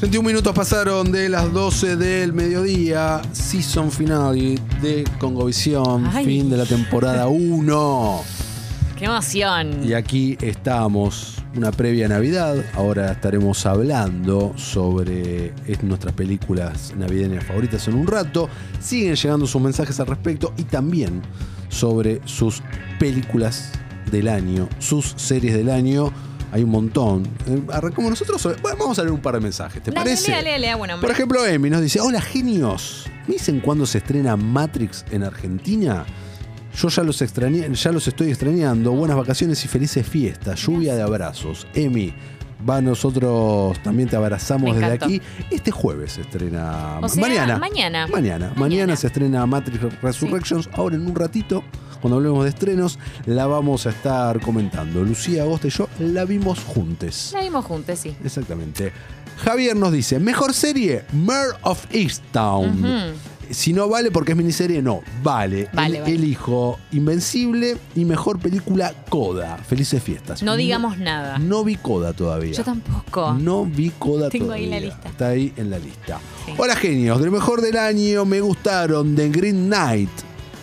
31 minutos pasaron de las 12 del mediodía, season finale de Congovisión, Ay. fin de la temporada 1. ¡Qué emoción! Y aquí estamos, una previa a Navidad. Ahora estaremos hablando sobre es- nuestras películas navideñas favoritas en un rato. Siguen llegando sus mensajes al respecto y también sobre sus películas del año, sus series del año. Hay un montón. Eh, Arrancamos nosotros. o- bueno, vamos a leer un par de mensajes, ¿te Dale, parece? Lea, lea, lea, buen hombre. Por ejemplo, Emi nos dice, hola genios, ¿me dicen cuándo se estrena Matrix en Argentina? Yo ya los, extrañé, ya los estoy extrañando, buenas vacaciones y felices fiestas, lluvia de abrazos. Emi, va, nosotros también te abrazamos Me desde encantó. aquí. Este jueves se estrena... O sea, mañana. Mañana. mañana. Mañana. Mañana. se estrena Matrix Resurrections. Ahora en un ratito, cuando hablemos de estrenos, la vamos a estar comentando. Lucía, Agosta y yo la vimos juntos. La vimos juntos, sí. Exactamente. Javier nos dice, mejor serie, Mare of Easttown. Si no vale porque es miniserie, no, vale. Vale, El- vale. Elijo Invencible y mejor película Coda. Felices fiestas. No digamos nada. No vi Coda todavía. Yo tampoco. No vi Coda Ah. Tengo ahí todavía. la lista. Está ahí en la lista. Sí. Hola genios, del mejor del año me gustaron The Green Knight,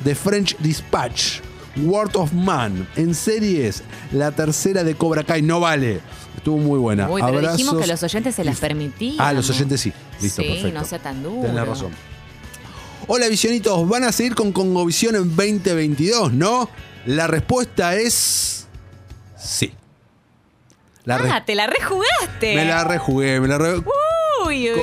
The French Dispatch, Word of Man. En series, la tercera de Cobra Kai no vale. Estuvo muy buena. Uy, pero Abrazos. dijimos que los oyentes se las y- permitían. Ah, los oyentes sí. Listo, sí, perfecto. no sea tan duro. Tenés razón. Hola visionitos, van a seguir con Congovisión en 2022, ¿no? La respuesta es sí. La re- Ah, te la rejugaste. me la rejugué, me la, re- Uy, uy, uy,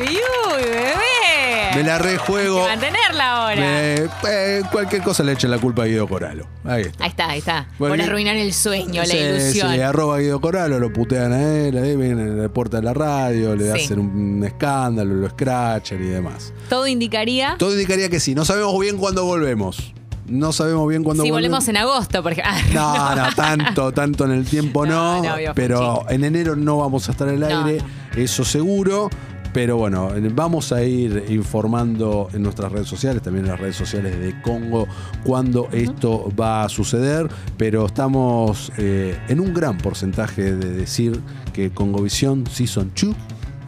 bebé. me la Hay rejuego. que mantenerla ahora. Me- eh, cualquier cosa le echen la culpa a Guido Coralo. Ahí está. Ahí está, ahí está. Bueno, Por y- arruinar el sueño, la Sí, ilusión. sí, arroba Guido Coralo, lo putean a él, ahí vienen a la puerta de la radio, le Sí. hacen un escándalo, lo escrachan y demás. Todo indicaría. Todo indicaría que sí, no sabemos bien cuándo volvemos. No sabemos bien cuándo si volvemos. volvemos en agosto, por ejemplo. No, no, tanto, tanto en el tiempo no. No, no, obvio, pero en enero no vamos a estar al No, aire, eso seguro. Pero bueno, vamos a ir informando en nuestras redes sociales, también en las redes sociales de Congo, cuando esto va a suceder. Pero estamos eh, en un gran porcentaje de decir que Congovisión Season 2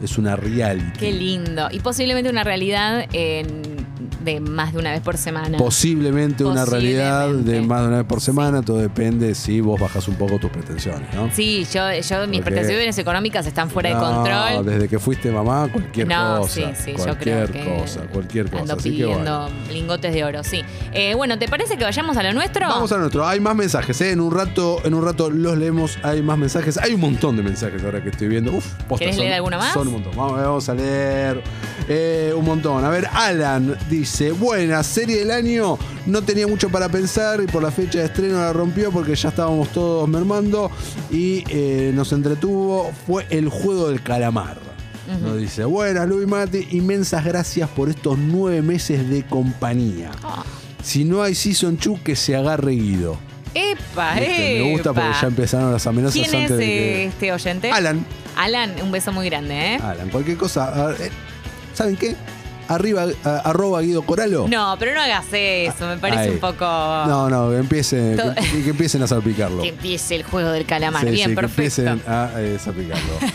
es una reality. Qué lindo. Y posiblemente una realidad en- de más de una vez por semana. Posiblemente una realidad de Posiblemente. más de una vez por semana, todo depende si vos bajas un poco tus pretensiones, ¿no? Sí, yo, yo mis Porque- pretensiones económicas están fuera No, de control. Desde que fuiste mamá, cualquier no, cosa. sí, sí, yo creo cualquier que cosa, cualquier cosa. Ando Así que bueno. pidiendo lingotes de oro, sí. Eh, bueno, ¿te parece que vayamos a lo nuestro? Vamos a nuestro. Hay más mensajes, ¿eh? En un rato, en un rato los leemos. Hay más mensajes. Hay un montón de mensajes ahora que estoy viendo. Uf, posta, ¿Querés son- leer alguno más? Son un montón. Vamos, vamos a leer eh, un montón. A ver, Alan dice: Buena, serie del año. No tenía mucho para pensar y por la fecha de estreno la rompió porque ya estábamos todos mermando y eh, nos entretuvo. Fue el juego del calamar. Nos dice, buenas Luis Mati, inmensas gracias por estos nueve meses de compañía. Ah. Si no hay Season Chu, que se agarre Guido. Epa, Este, me gusta Ah, epa. porque ya empezaron las amenazas ¿Quién es antes de este oyente? que... Alan, Ah, Alan, un beso muy grande, ¿eh? Alan, cualquier cosa. a- eh, ¿Saben qué? Arriba, a- arroba Guido Coralo. No, pero no hagas eso, me parece Ahí. un poco... No, no, que empiecen, Todo- que, que empiecen a salpicarlo. Que empiece el juego del calamar. Sí, Bien, sí, perfecto. Que empiecen a eh, salpicarlo.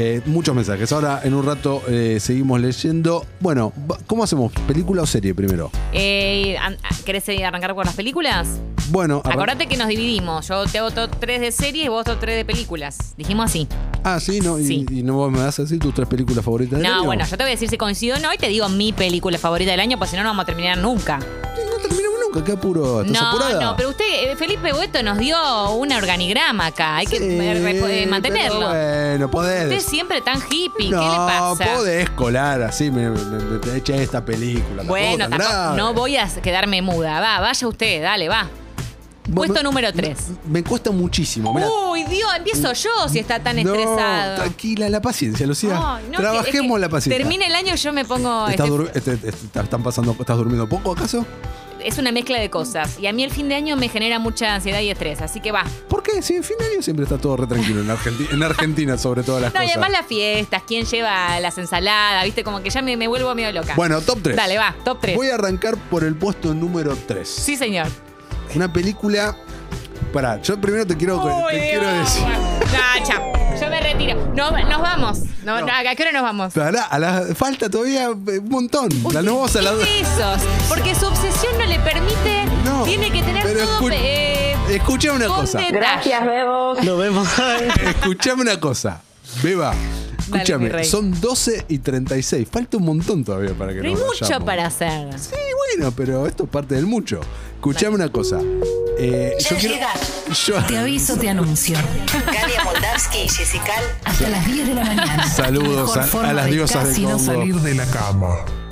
Eh, muchos mensajes. Ahora, en un rato, eh, seguimos leyendo. Bueno, va- ¿cómo hacemos? ¿Película o serie primero? Eh, an- ¿Querés arrancar por las películas? Bueno, a ver- Acordate que nos dividimos. Yo te hago top 3 de series y vos top 3 de películas. Dijimos así. Ah, sí, no, y, Sí. y no vos me das así tus tres películas favoritas del no, año? bueno, yo te voy a decir si coincido o no y te digo mi película favorita del año, porque si no, no vamos a terminar nunca. Sí, No terminamos nunca, qué apuro. ¿Estás no, apurada? no, pero usted, eh, Felipe Boeto nos dio un organigrama acá. Hay que Sí, eh, re- eh, pero mantenerlo. Bueno, podés. Usted siempre tan hippie, no, ¿qué le pasa? podés colar así, me, me, me- te eché esta película. tampoco Bueno, tan tampoco- grave. no voy a quedarme muda. Va, vaya usted, dale, va. Vos Puesto me- número 3. Me, me cuesta muchísimo, mirá. Uy, Dios, empiezo yo si está tan no, estresado. tranquila, la paciencia, Lucía. Ay, no, Trabajemos que- es que la paciencia. Termina el año, yo me pongo. ¿Estás, este, dur- este- este- estás- están pasando, ¿Estás durmiendo poco acaso? es una mezcla de cosas. Y a mí el fin de año me genera mucha ansiedad y estrés. Así que va. ¿Por qué? Si en fin de año siempre está todo re tranquilo. En, Argenti- en Argentina, sobre todas las No, y cosas. además las fiestas, quién lleva las ensaladas, viste, como que ya me, me vuelvo medio loca. Bueno, top 3. Dale, va, top 3. Voy a arrancar por el puesto número 3. Sí, señor. Una película. Pará, yo primero te quiero, te Uy, quiero Dios. decir. Nah, chao. Yo me retiro. No, nos vamos. No, No. no, ¿A qué hora nos vamos? Pará, a la- falta todavía eh, un montón. La nos vamos a la. Esos, porque su obsesión no le permite, No, tiene que tener pero todo escu- eh, Escuchame una con cosa. detalle. Gracias, Bebo. Nos vemos. Escuchame una cosa. Beba. Dale, mi Escúchame, rey. son 12 y 36. Falta un montón todavía para que Pero hay nos mucho vayamos. para hacer. Sí, bueno, pero esto es parte del mucho. Escuchame una cosa. Eh, yo quiero. Yo, Te aviso, te anuncio. Galia Moldavsky y Jessica Al. Hasta las 10 de la mañana. Saludos Mejor a- a forma las de diosas del casi no Congo. salir de la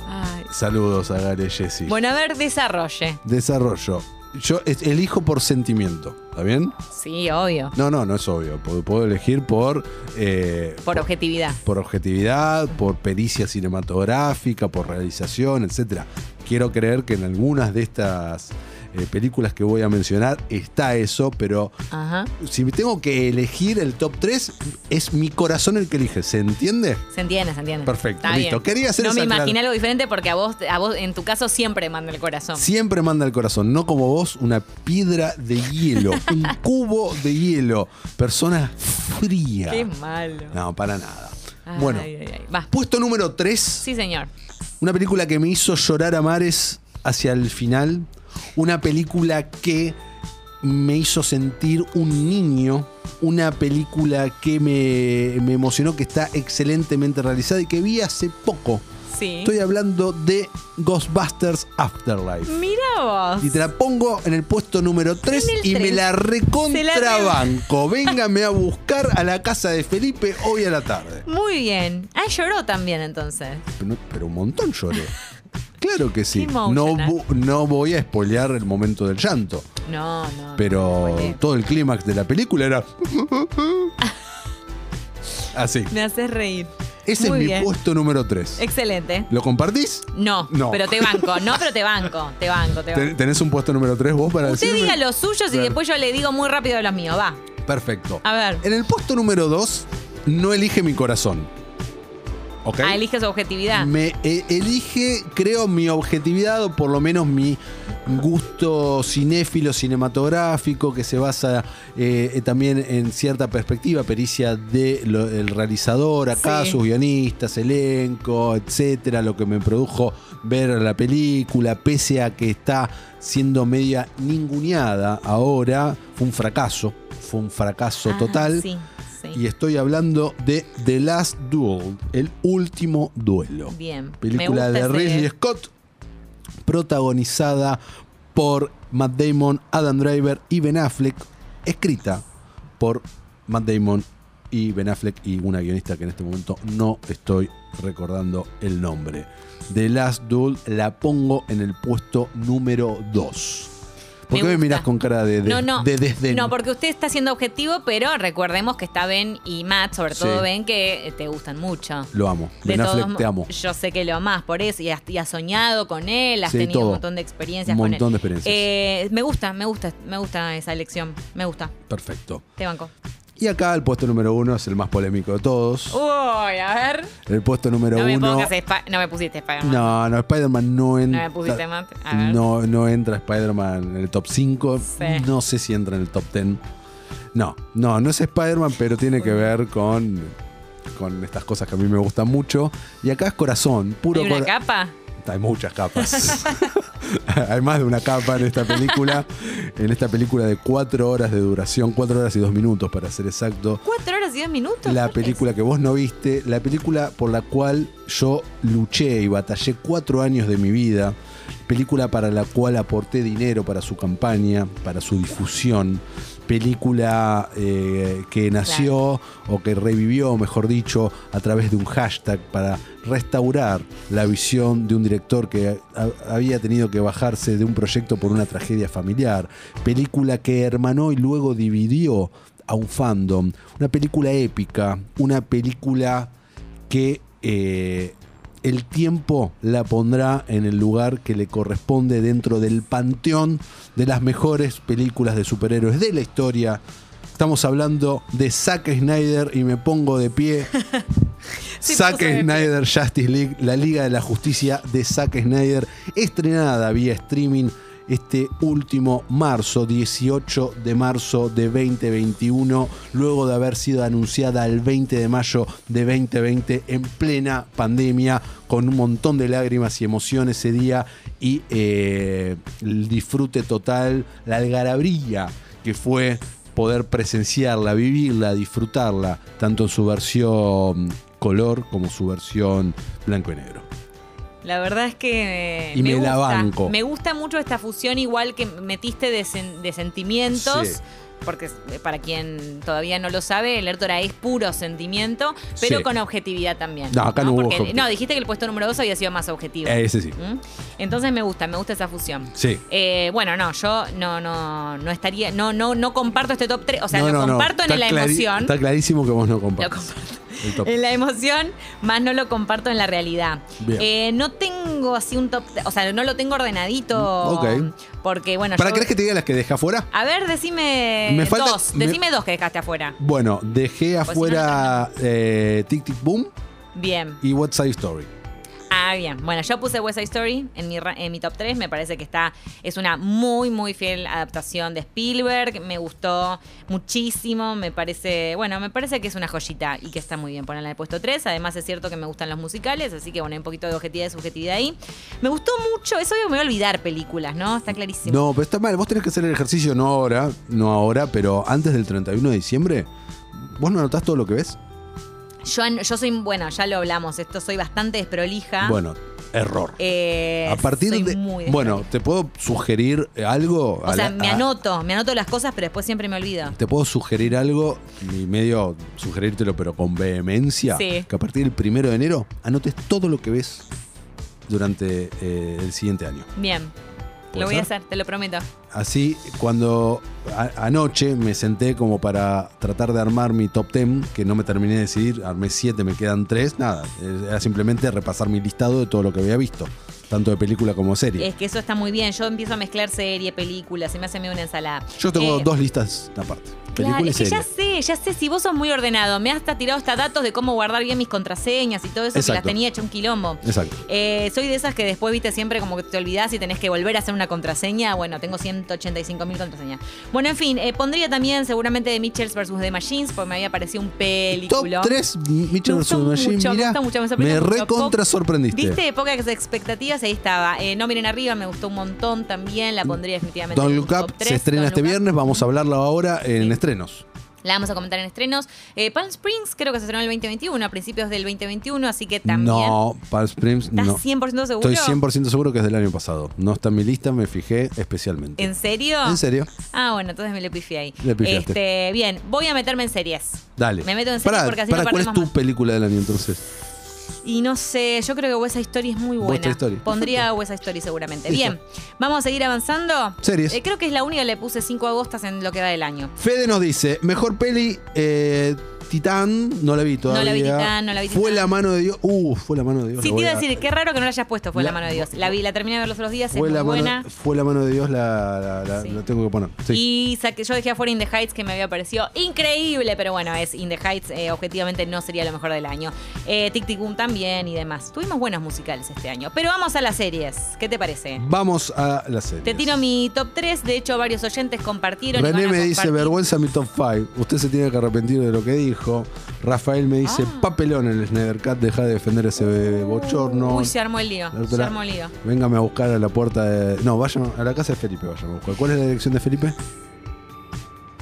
Ay. saludos a Gare Jessy. Bueno, a ver, desarrolle. Desarrollo. Yo es- elijo por sentimiento, ¿está bien? Sí, obvio. No, no, no es obvio. Puedo, puedo elegir por, eh, Por objetividad. por objetividad, por pericia cinematográfica, por realización, etc. Quiero creer que en algunas de estas eh, películas que voy a mencionar está eso, pero Ajá. si tengo que elegir el top 3, es mi corazón el que elige, ¿se entiende? Se entiende, se entiende. Perfecto, Está listo. bien. Quería hacer No esa me aclar- imaginé algo diferente porque a vos, a vos, en tu caso, siempre manda el corazón. Siempre manda el corazón, no como vos, una piedra de hielo, un cubo de hielo, persona fría. Qué malo. No, para nada. Ay, bueno, ay, ay. Va. puesto número 3. Sí, señor. Una película que me hizo llorar a mares hacia el final. Una película que me hizo sentir un niño. Una película que me, me emocionó, que está excelentemente realizada y que vi hace poco. Sí. Estoy hablando de Ghostbusters Afterlife. Mira vos. Y te la pongo en el puesto número 3 En el y me tres. la Se la re- recontrabanco. Véngame a buscar a la casa de Felipe hoy a la tarde. Muy bien. Ah, lloró también entonces. Pero, pero un montón lloré. Claro que sí. Qué No, emotional. vo- no voy a spoilear el momento del llanto, No, no. pero no, no. todo el clímax de la película era... Así. Me haces reír. Ese Muy es bien. mi puesto número 3. Excelente. ¿Lo compartís? No, No. pero te banco. No, pero te banco. Te banco, te Ten- banco. ¿Tenés un puesto número 3 vos para Usted decirme? diga los suyos y Claro. después yo le digo muy rápido los míos. Va. Perfecto. A ver. En el puesto número 2, no elige mi corazón. ¿Ok? Ah, elige su objetividad. Me eh, elige, creo, mi objetividad o por lo menos mi gusto cinéfilo, cinematográfico, que se basa eh, eh, también en cierta perspectiva, pericia del realizador, acá Sí. sus guionistas, elenco, etcétera, lo que me produjo ver la película, pese a que está siendo media ninguneada ahora, fue un fracaso, fue un fracaso Ah, total. Sí, sí. Y estoy hablando de The Last Duel, el último duelo. Bien. Película Me de gusta ese- Ridley Scott, protagonizada por Matt Damon, Adam Driver y Ben Affleck, escrita por Matt Damon y Ben Affleck y una guionista que en este momento no estoy recordando el nombre. The Last Duel la pongo en el puesto número 2. ¿Por Me qué me gusta. miras con cara de, de- no, no, de desdén? no, porque usted está siendo objetivo, pero recordemos que está Ben y Matt, sobre todo Sí. Ben, que eh, te gustan mucho. Lo amo. De ben todos Affleck, mo- te amo. Yo sé que lo amás por eso y has, y has soñado con él, has Sí, tenido todo. un montón de experiencias Un con él. montón de experiencias. Eh, me gusta, me gusta, me gusta esa elección. Me gusta. Perfecto. Te banco. Y acá el puesto número uno es el más polémico de todos. Uy, a ver. El puesto número Uh. No me, uno. pongas Spa- no me pusiste Spider-Man. No, no, Spider-Man no No entra. me pusiste Matt. A ver. No, no entra Spider-Man en el top 5. Sí. No sé si entra en el top 10. No, no, no es Spider-Man, pero tiene que ver con, con estas cosas que a mí me gustan mucho. Y acá es corazón, puro ¿Hay una corazón. capa? Hay muchas capas. Hay más de una capa en esta película. En esta película de cuatro horas de duración, cuatro horas y dos minutos para ser exacto. ¿Cuatro horas y diez minutos? La ¿Por qué? película que vos no viste, la película por la cual yo luché y batallé cuatro años de mi vida, película para la cual aporté dinero para su campaña, para su difusión, película eh, que nació o que revivió, mejor dicho, a través de un hashtag para restaurar la visión de un director que ha- había tenido que bajarse de un proyecto por una tragedia familiar, película que hermanó y luego dividió a un fandom. Una película épica, una película que eh, el tiempo la pondrá en el lugar que le corresponde dentro del panteón de las mejores películas de superhéroes de la historia. Estamos hablando de Zack Snyder y me pongo de pie. Se Zack puso de pie. Snyder Justice League, la Liga de la Justicia de Zack Snyder, estrenada vía streaming este último marzo, 18 de marzo de 2021, luego de haber sido anunciada el 20 de mayo de 2020 en plena pandemia, con un montón de lágrimas y emoción ese día y eh, el disfrute total, la algarabría que fue poder presenciarla, vivirla, disfrutarla, tanto en su versión color como su versión blanco y negro. La verdad es que eh, Y me la gusta. banco. Me gusta mucho esta fusión igual que metiste de, sen- de sentimientos. Sí. Porque eh, para quien todavía no lo sabe, el Hértora es puro sentimiento, pero Sí. con objetividad también. No, acá no hubo Porque- objetividad. no, dijiste que el puesto número dos había sido más objetivo. Eh, Ese sí. ¿Mm? Entonces me gusta, me gusta esa fusión. Sí. Eh, bueno, no, yo no, no, no estaría, no, no, no comparto este top 3, o sea, No, lo no, no. comparto Está en la clari- emoción. Está clarísimo que vos no Lo compartes. comparto el top. en la emoción, más no lo comparto en la realidad. Bien. Eh, no tengo así un top, o sea, no lo tengo ordenadito. Mm, ok. Porque, bueno, ¿Para yo- crees que te diga las que dejé afuera? A ver, decime Me falta- dos, me- decime dos que dejaste afuera. Bueno, dejé Pues no, afuera eh, Tic Tic Boom Bien. y What's Side Story. Ah, bien. Bueno, yo puse West Side Story en mi, ra- en mi top 3. Me parece que está. Es una muy, muy fiel adaptación de Spielberg. Me gustó muchísimo. Me parece. Bueno, me parece que es una joyita y que está muy bien ponerla en el puesto 3. Además, es cierto que me gustan los musicales, así que bueno, hay un poquito de objetividad y subjetividad ahí. Me gustó mucho. Es obvio que me voy a olvidar películas, ¿no? Está clarísimo. No, pero está mal. Vos tenés que hacer el ejercicio no ahora, no ahora, pero antes del 31 de diciembre. ¿Vos no anotás todo lo que ves? Yo, an- yo soy. Bueno, ya lo hablamos. Esto soy bastante desprolija. Bueno, error. Ah. Eh, A partir soy de. muy Bueno, desprolija. ¿te puedo sugerir algo? O A sea, la- me a- anoto, me anoto las cosas, pero después siempre me olvido. Te puedo sugerir algo, y medio sugerírtelo, pero con vehemencia. Sí. Que a partir del primero de enero anotes todo lo que ves durante eh, el siguiente año. Bien. ¿Puede Lo voy a ser? hacer, te lo prometo. Así, cuando a- anoche me senté como para tratar de armar mi top 10, que no me terminé de decidir, armé 7, me quedan 3, nada. eh, Era simplemente repasar mi listado de todo lo que había visto, tanto de película como serie. Es que eso está muy bien. Yo empiezo a mezclar serie, películas, se me hace medio una ensalada. Yo tengo Eh, dos listas aparte, película Claro, y es que serie. ya sé, ya sé, si vos sos muy ordenado, me has hasta tirado hasta datos de cómo guardar bien mis contraseñas y todo eso, que las Exacto. tenía hecho un quilombo. Exacto. Eh, soy de esas que después, viste, siempre como que te olvidás y tenés que volver a hacer una contraseña. Bueno, tengo 185 mil contraseñas. Bueno, en fin, eh, pondría también seguramente de Mitchells versus The Machines, porque me había parecido un Top película. 3, Mitchell Me vs. gustó Machine, mucho, me mirá, gustó mucho, me me, sorprendió mucho. recontra Pop- sorprendiste. Viste, pocas expectativas, ahí estaba. Eh, no miren arriba, me gustó un montón también. La pondría definitivamente. Don en Look un Up top se tres. estrena Don't este Look Up. viernes, vamos a hablarlo ahora en estrenos. La vamos a comentar en estrenos. Eh, Palm Springs creo que se estrenó en el 2021, a principios del 2021, así que también. No, Palm Springs ¿Estás no. 100% seguro? Estoy 100% seguro que es del año pasado. No está en mi lista, me fijé especialmente. ¿En serio? ¿En serio? Ah, bueno, entonces me le pifié ahí. Le pifiaste. Este, bien, voy a meterme en series. Dale. Me meto en series Pará, porque así pará, no ¿Cuál es perdemos tu más. película del año entonces? Y no sé, yo creo que West Side Story es muy West buena. Side Story. Pondría West Side Story seguramente. Listo. Bien, vamos a seguir avanzando. Series. Eh, creo que es la única que le puse 5 agostas en lo que va del año. Fede nos dice, mejor peli, eh, Titán, no la vi todavía. la vi Titán, no la vi Fue Titán. la mano de Dios. Uh, fue la mano de Dios. Sí, la te voy iba a decir, qué raro que no la hayas puesto, fue la, La- mano de Dios. La vi, la terminé de ver los otros días, es Fue muy la, buena. mano, fue la mano de Dios la, la- la- Sí. la tengo que poner. Sí. Y saqué, yo dejé afuera In the Heights, que me había parecido increíble, pero bueno, es In the Heights, eh, objetivamente no sería lo mejor del año. Eh, Tic Tic Boom también y demás. Tuvimos buenos musicales este año. Pero vamos a las series, ¿qué te parece? Vamos a la serie. Te tiro mi top 3, de hecho varios oyentes compartieron. y van René a me dice, compartir. vergüenza mi top 5. Usted se tiene que arrepentir de lo que dijo. Rafael me dice, Ah. papelón en el Snyder Cut, deja de defender ese bebé bochorno. Uy, se armó el lío, se Doctora, armó el lío. Véngame a buscar a la puerta de... No, vayan a la casa de Felipe, vayan a buscar. ¿Cuál es la dirección de Felipe?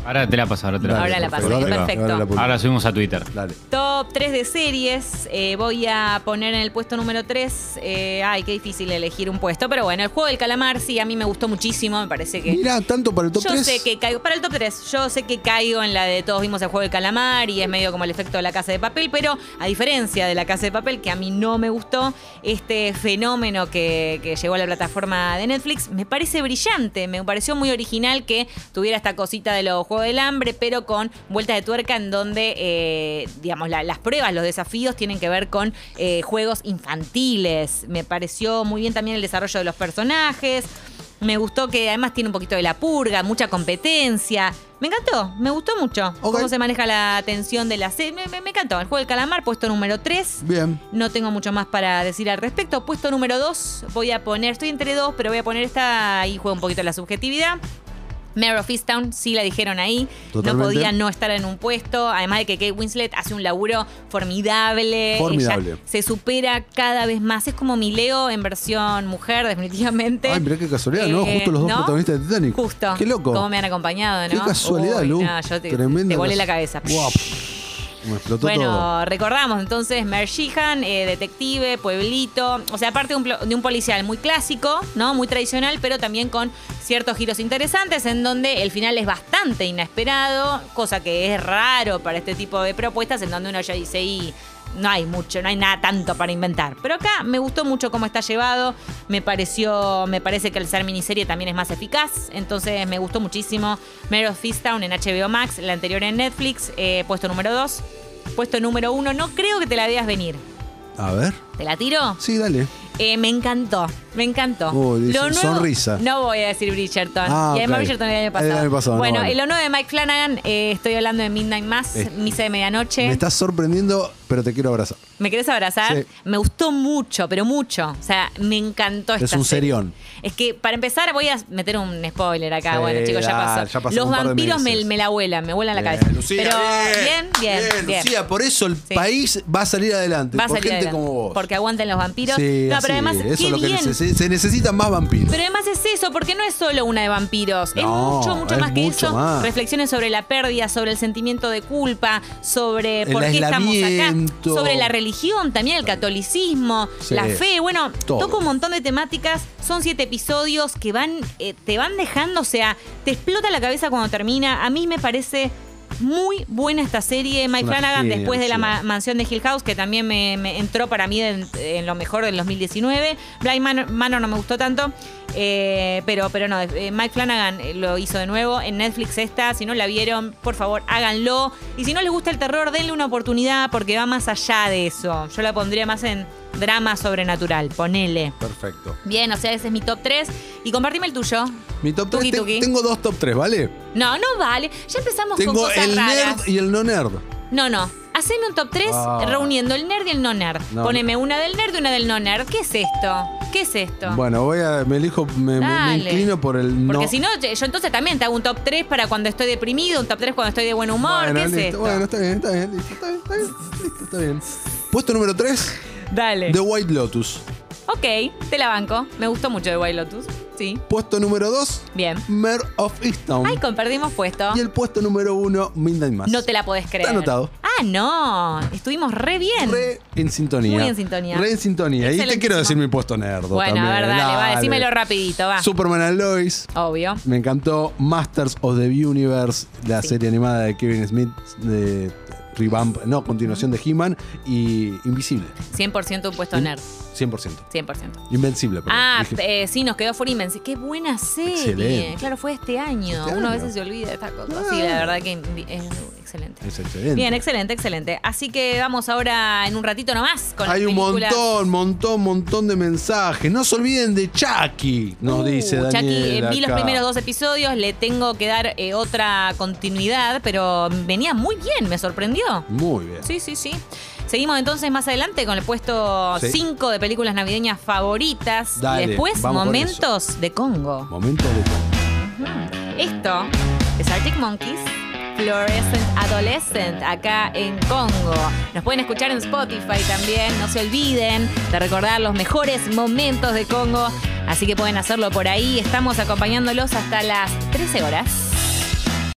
Ahora te la paso, ahora te la Dale, paso. Ahora la perfecto. paso, Ahora- perfecto. ahora la publico. Ahora subimos a Twitter. Dale. Top 3 de series. eh, voy a poner en el puesto número 3. ay, qué difícil elegir un puesto. Pero bueno, el juego del calamar sí, a mí me gustó muchísimo. Me parece que. Mira, tanto para el top yo 3. sé que caigo. Para el top 3, yo sé que caigo en la de todos vimos el juego del calamar y es medio como el efecto de la casa de papel. Pero a diferencia de la casa de papel, que a mí no me gustó, este fenómeno que, que llegó a la plataforma de Netflix me parece brillante. Me pareció muy original que tuviera esta cosita de los juegos del hambre, pero con vueltas de tuerca en donde, eh, digamos, la- las pruebas, los desafíos tienen que ver con eh, juegos infantiles. Me pareció muy bien también el desarrollo de los personajes. Me gustó que además tiene un poquito de la purga, mucha competencia. Me encantó, me gustó mucho. Ok. Cómo se maneja la tensión de la serie. Me, me- me encantó. El juego del calamar, puesto número 3. Bien. No tengo mucho más para decir al respecto. Puesto número 2, voy a poner, estoy entre dos, pero voy a poner esta y juego un poquito la subjetividad. Mare of Easttown, sí la dijeron ahí. Totalmente. No podía no estar en un puesto. Además de que Kate Winslet hace un laburo formidable. Formidable. Ella se supera cada vez más. Es como mi Leo en versión mujer, definitivamente. Ay, mirá qué casualidad, ¿no? Eh, Justo los dos ¿no? protagonistas de Titanic. Justo. Qué loco. Cómo me han acompañado, ¿no? Qué casualidad, Uy, Lu. no, yo te, Tremenda te volé cas- la cabeza. Guau. Me explotó Bueno, todo. recordamos entonces Mer Sheehan, eh, detective, pueblito. O sea, aparte de un, plo- de un policial muy clásico, ¿no? Muy tradicional, pero también con ciertos giros interesantes en donde el final es bastante inesperado, cosa que es raro para este tipo de propuestas, en donde uno ya dice, y no hay mucho, no hay nada tanto para inventar. Pero acá me gustó mucho cómo está llevado. Me pareció, me parece que al ser miniserie también es más eficaz. Entonces me gustó muchísimo Mare of Easttown en HBO Max, la anterior en Netflix, eh, puesto número 2. Puesto número 1, no creo que te la veas venir. A ver. ¿Te la tiro? Sí, dale. Eh, me encantó, me encantó. Uy, dice, sonrisa. No voy a decir Bridgerton. Ah, y además ok. Bridgerton el año pasado. El año pasado, no, bueno, vale. y lo nuevo de Mike Flanagan, eh, estoy hablando de Midnight Mass, Eh, Misa de Medianoche. Me estás sorprendiendo, pero te quiero abrazar. ¿Me querés abrazar? Sí. Me gustó mucho, pero mucho. O sea, me encantó Es esta un serie. serión. Es que para empezar voy a meter un spoiler acá. Sí, bueno, chicos, ya dale, pasó. ya pasó Los un par de vampiros me, meses. me la vuelan, me vuelan la Bien, cabeza. Lucía, pero bien, bien, bien, bien. Lucía, por eso el Sí. país va a salir adelante. Va a por salir gente adelante, como vos. Porque aguantan los vampiros. Sí, no, pero así además, es, eso qué es lo que bien. necesi- se necesitan más vampiros. Pero además es eso, porque no es solo una de vampiros. es No, mucho, mucho es más que mucho eso. más. Reflexiones sobre la pérdida, sobre el sentimiento de culpa, sobre El por qué estamos acá, aislamiento. sobre la religión también, el catolicismo, Sí. la fe. Bueno, Todo. toca un montón de temáticas. Son siete episodios que van, eh, te van dejando, o sea, te explota la cabeza cuando termina. A mí me parece. Muy buena esta serie, Mike Una Flanagan, genia, después de la Lucía. ma- Mansión de Hill House, que también me, me entró para mí en, en lo mejor del 2019. Blind Manor, Manor no me gustó tanto, eh, pero, pero no, eh, Mike Flanagan eh, lo hizo de nuevo en Netflix esta. Si no la vieron, por favor, háganlo. Y si no les gusta el terror, denle una oportunidad porque va más allá de eso. Yo la pondría más en drama sobrenatural, ponele. Perfecto. Bien, o sea, ese es mi top 3. Y compartime el tuyo. Mi top 3. Tuki, tuki. Tengo dos top 3, ¿vale? No, no vale. Ya empezamos con Tengo cosas el raras. nerd y el no nerd. No, no. Haceme un top 3 Ah. reuniendo el nerd y el no nerd. No. Poneme una del nerd y una del no nerd. ¿Qué es esto? ¿Qué es esto? Bueno, voy a. Me elijo, me, me- me Dale. inclino por el no. Porque si no, yo yo entonces también te hago un top 3 para cuando estoy deprimido, un top 3 cuando estoy de buen humor. bueno, ¿Qué es listo. esto? Bueno, está bien, está bien, listo, está bien, está bien, listo, está bien. Puesto número 3, Dale. The White Lotus. Ok, te la banco. Me gustó mucho de Wild Lotus. Sí, Puesto número 2, bien. Mare of Easttown. Ay, compartimos puesto. Y el puesto número 1, Midnight Mass. No te la podés creer. Está anotado. Ah, no. Estuvimos re bien. Re en sintonía. Muy en sintonía. Re en sintonía. Y te Excelentísimo. quiero decir mi puesto nerd. bueno, también. a ver, dale, va, Dale. decímelo rapidito, va. Superman and Lois. Obvio. Me encantó Masters of the Universe, la Sí. serie animada de Kevin Smith, de revamp, no, continuación de He-Man y Invisible. 100% un puesto nerd. 100%. 100%. Invencible, perdón. Ah, Dije- eh, sí, nos quedó Freeman. Qué buena serie. Excelente. Claro, fue este año. Este Uno a año. veces se olvida de estas cosas. Sí, la verdad que invi- es excelente. es excelente. Bien, excelente, excelente. Así que vamos ahora en un ratito nomás con las Hay un películas. montón, montón, montón de mensajes. No se olviden de Chucky, nos Uh, dice Chucky, Daniel. vi los acá. primeros dos episodios, le tengo que dar eh, otra continuidad, pero venía muy bien, me sorprendió. Muy bien. Sí, sí, sí. Seguimos entonces más adelante con el puesto Sí. 5 de películas navideñas favoritas. Dale, y después, vamos por momentos de Congo. Momento de. Esto es Arctic Monkeys, Fluorescent Adolescent, acá en Congo. Nos pueden escuchar en Spotify también. No se olviden de recordar los mejores momentos de Congo. Así que pueden hacerlo por ahí. Estamos acompañándolos hasta las 13 horas.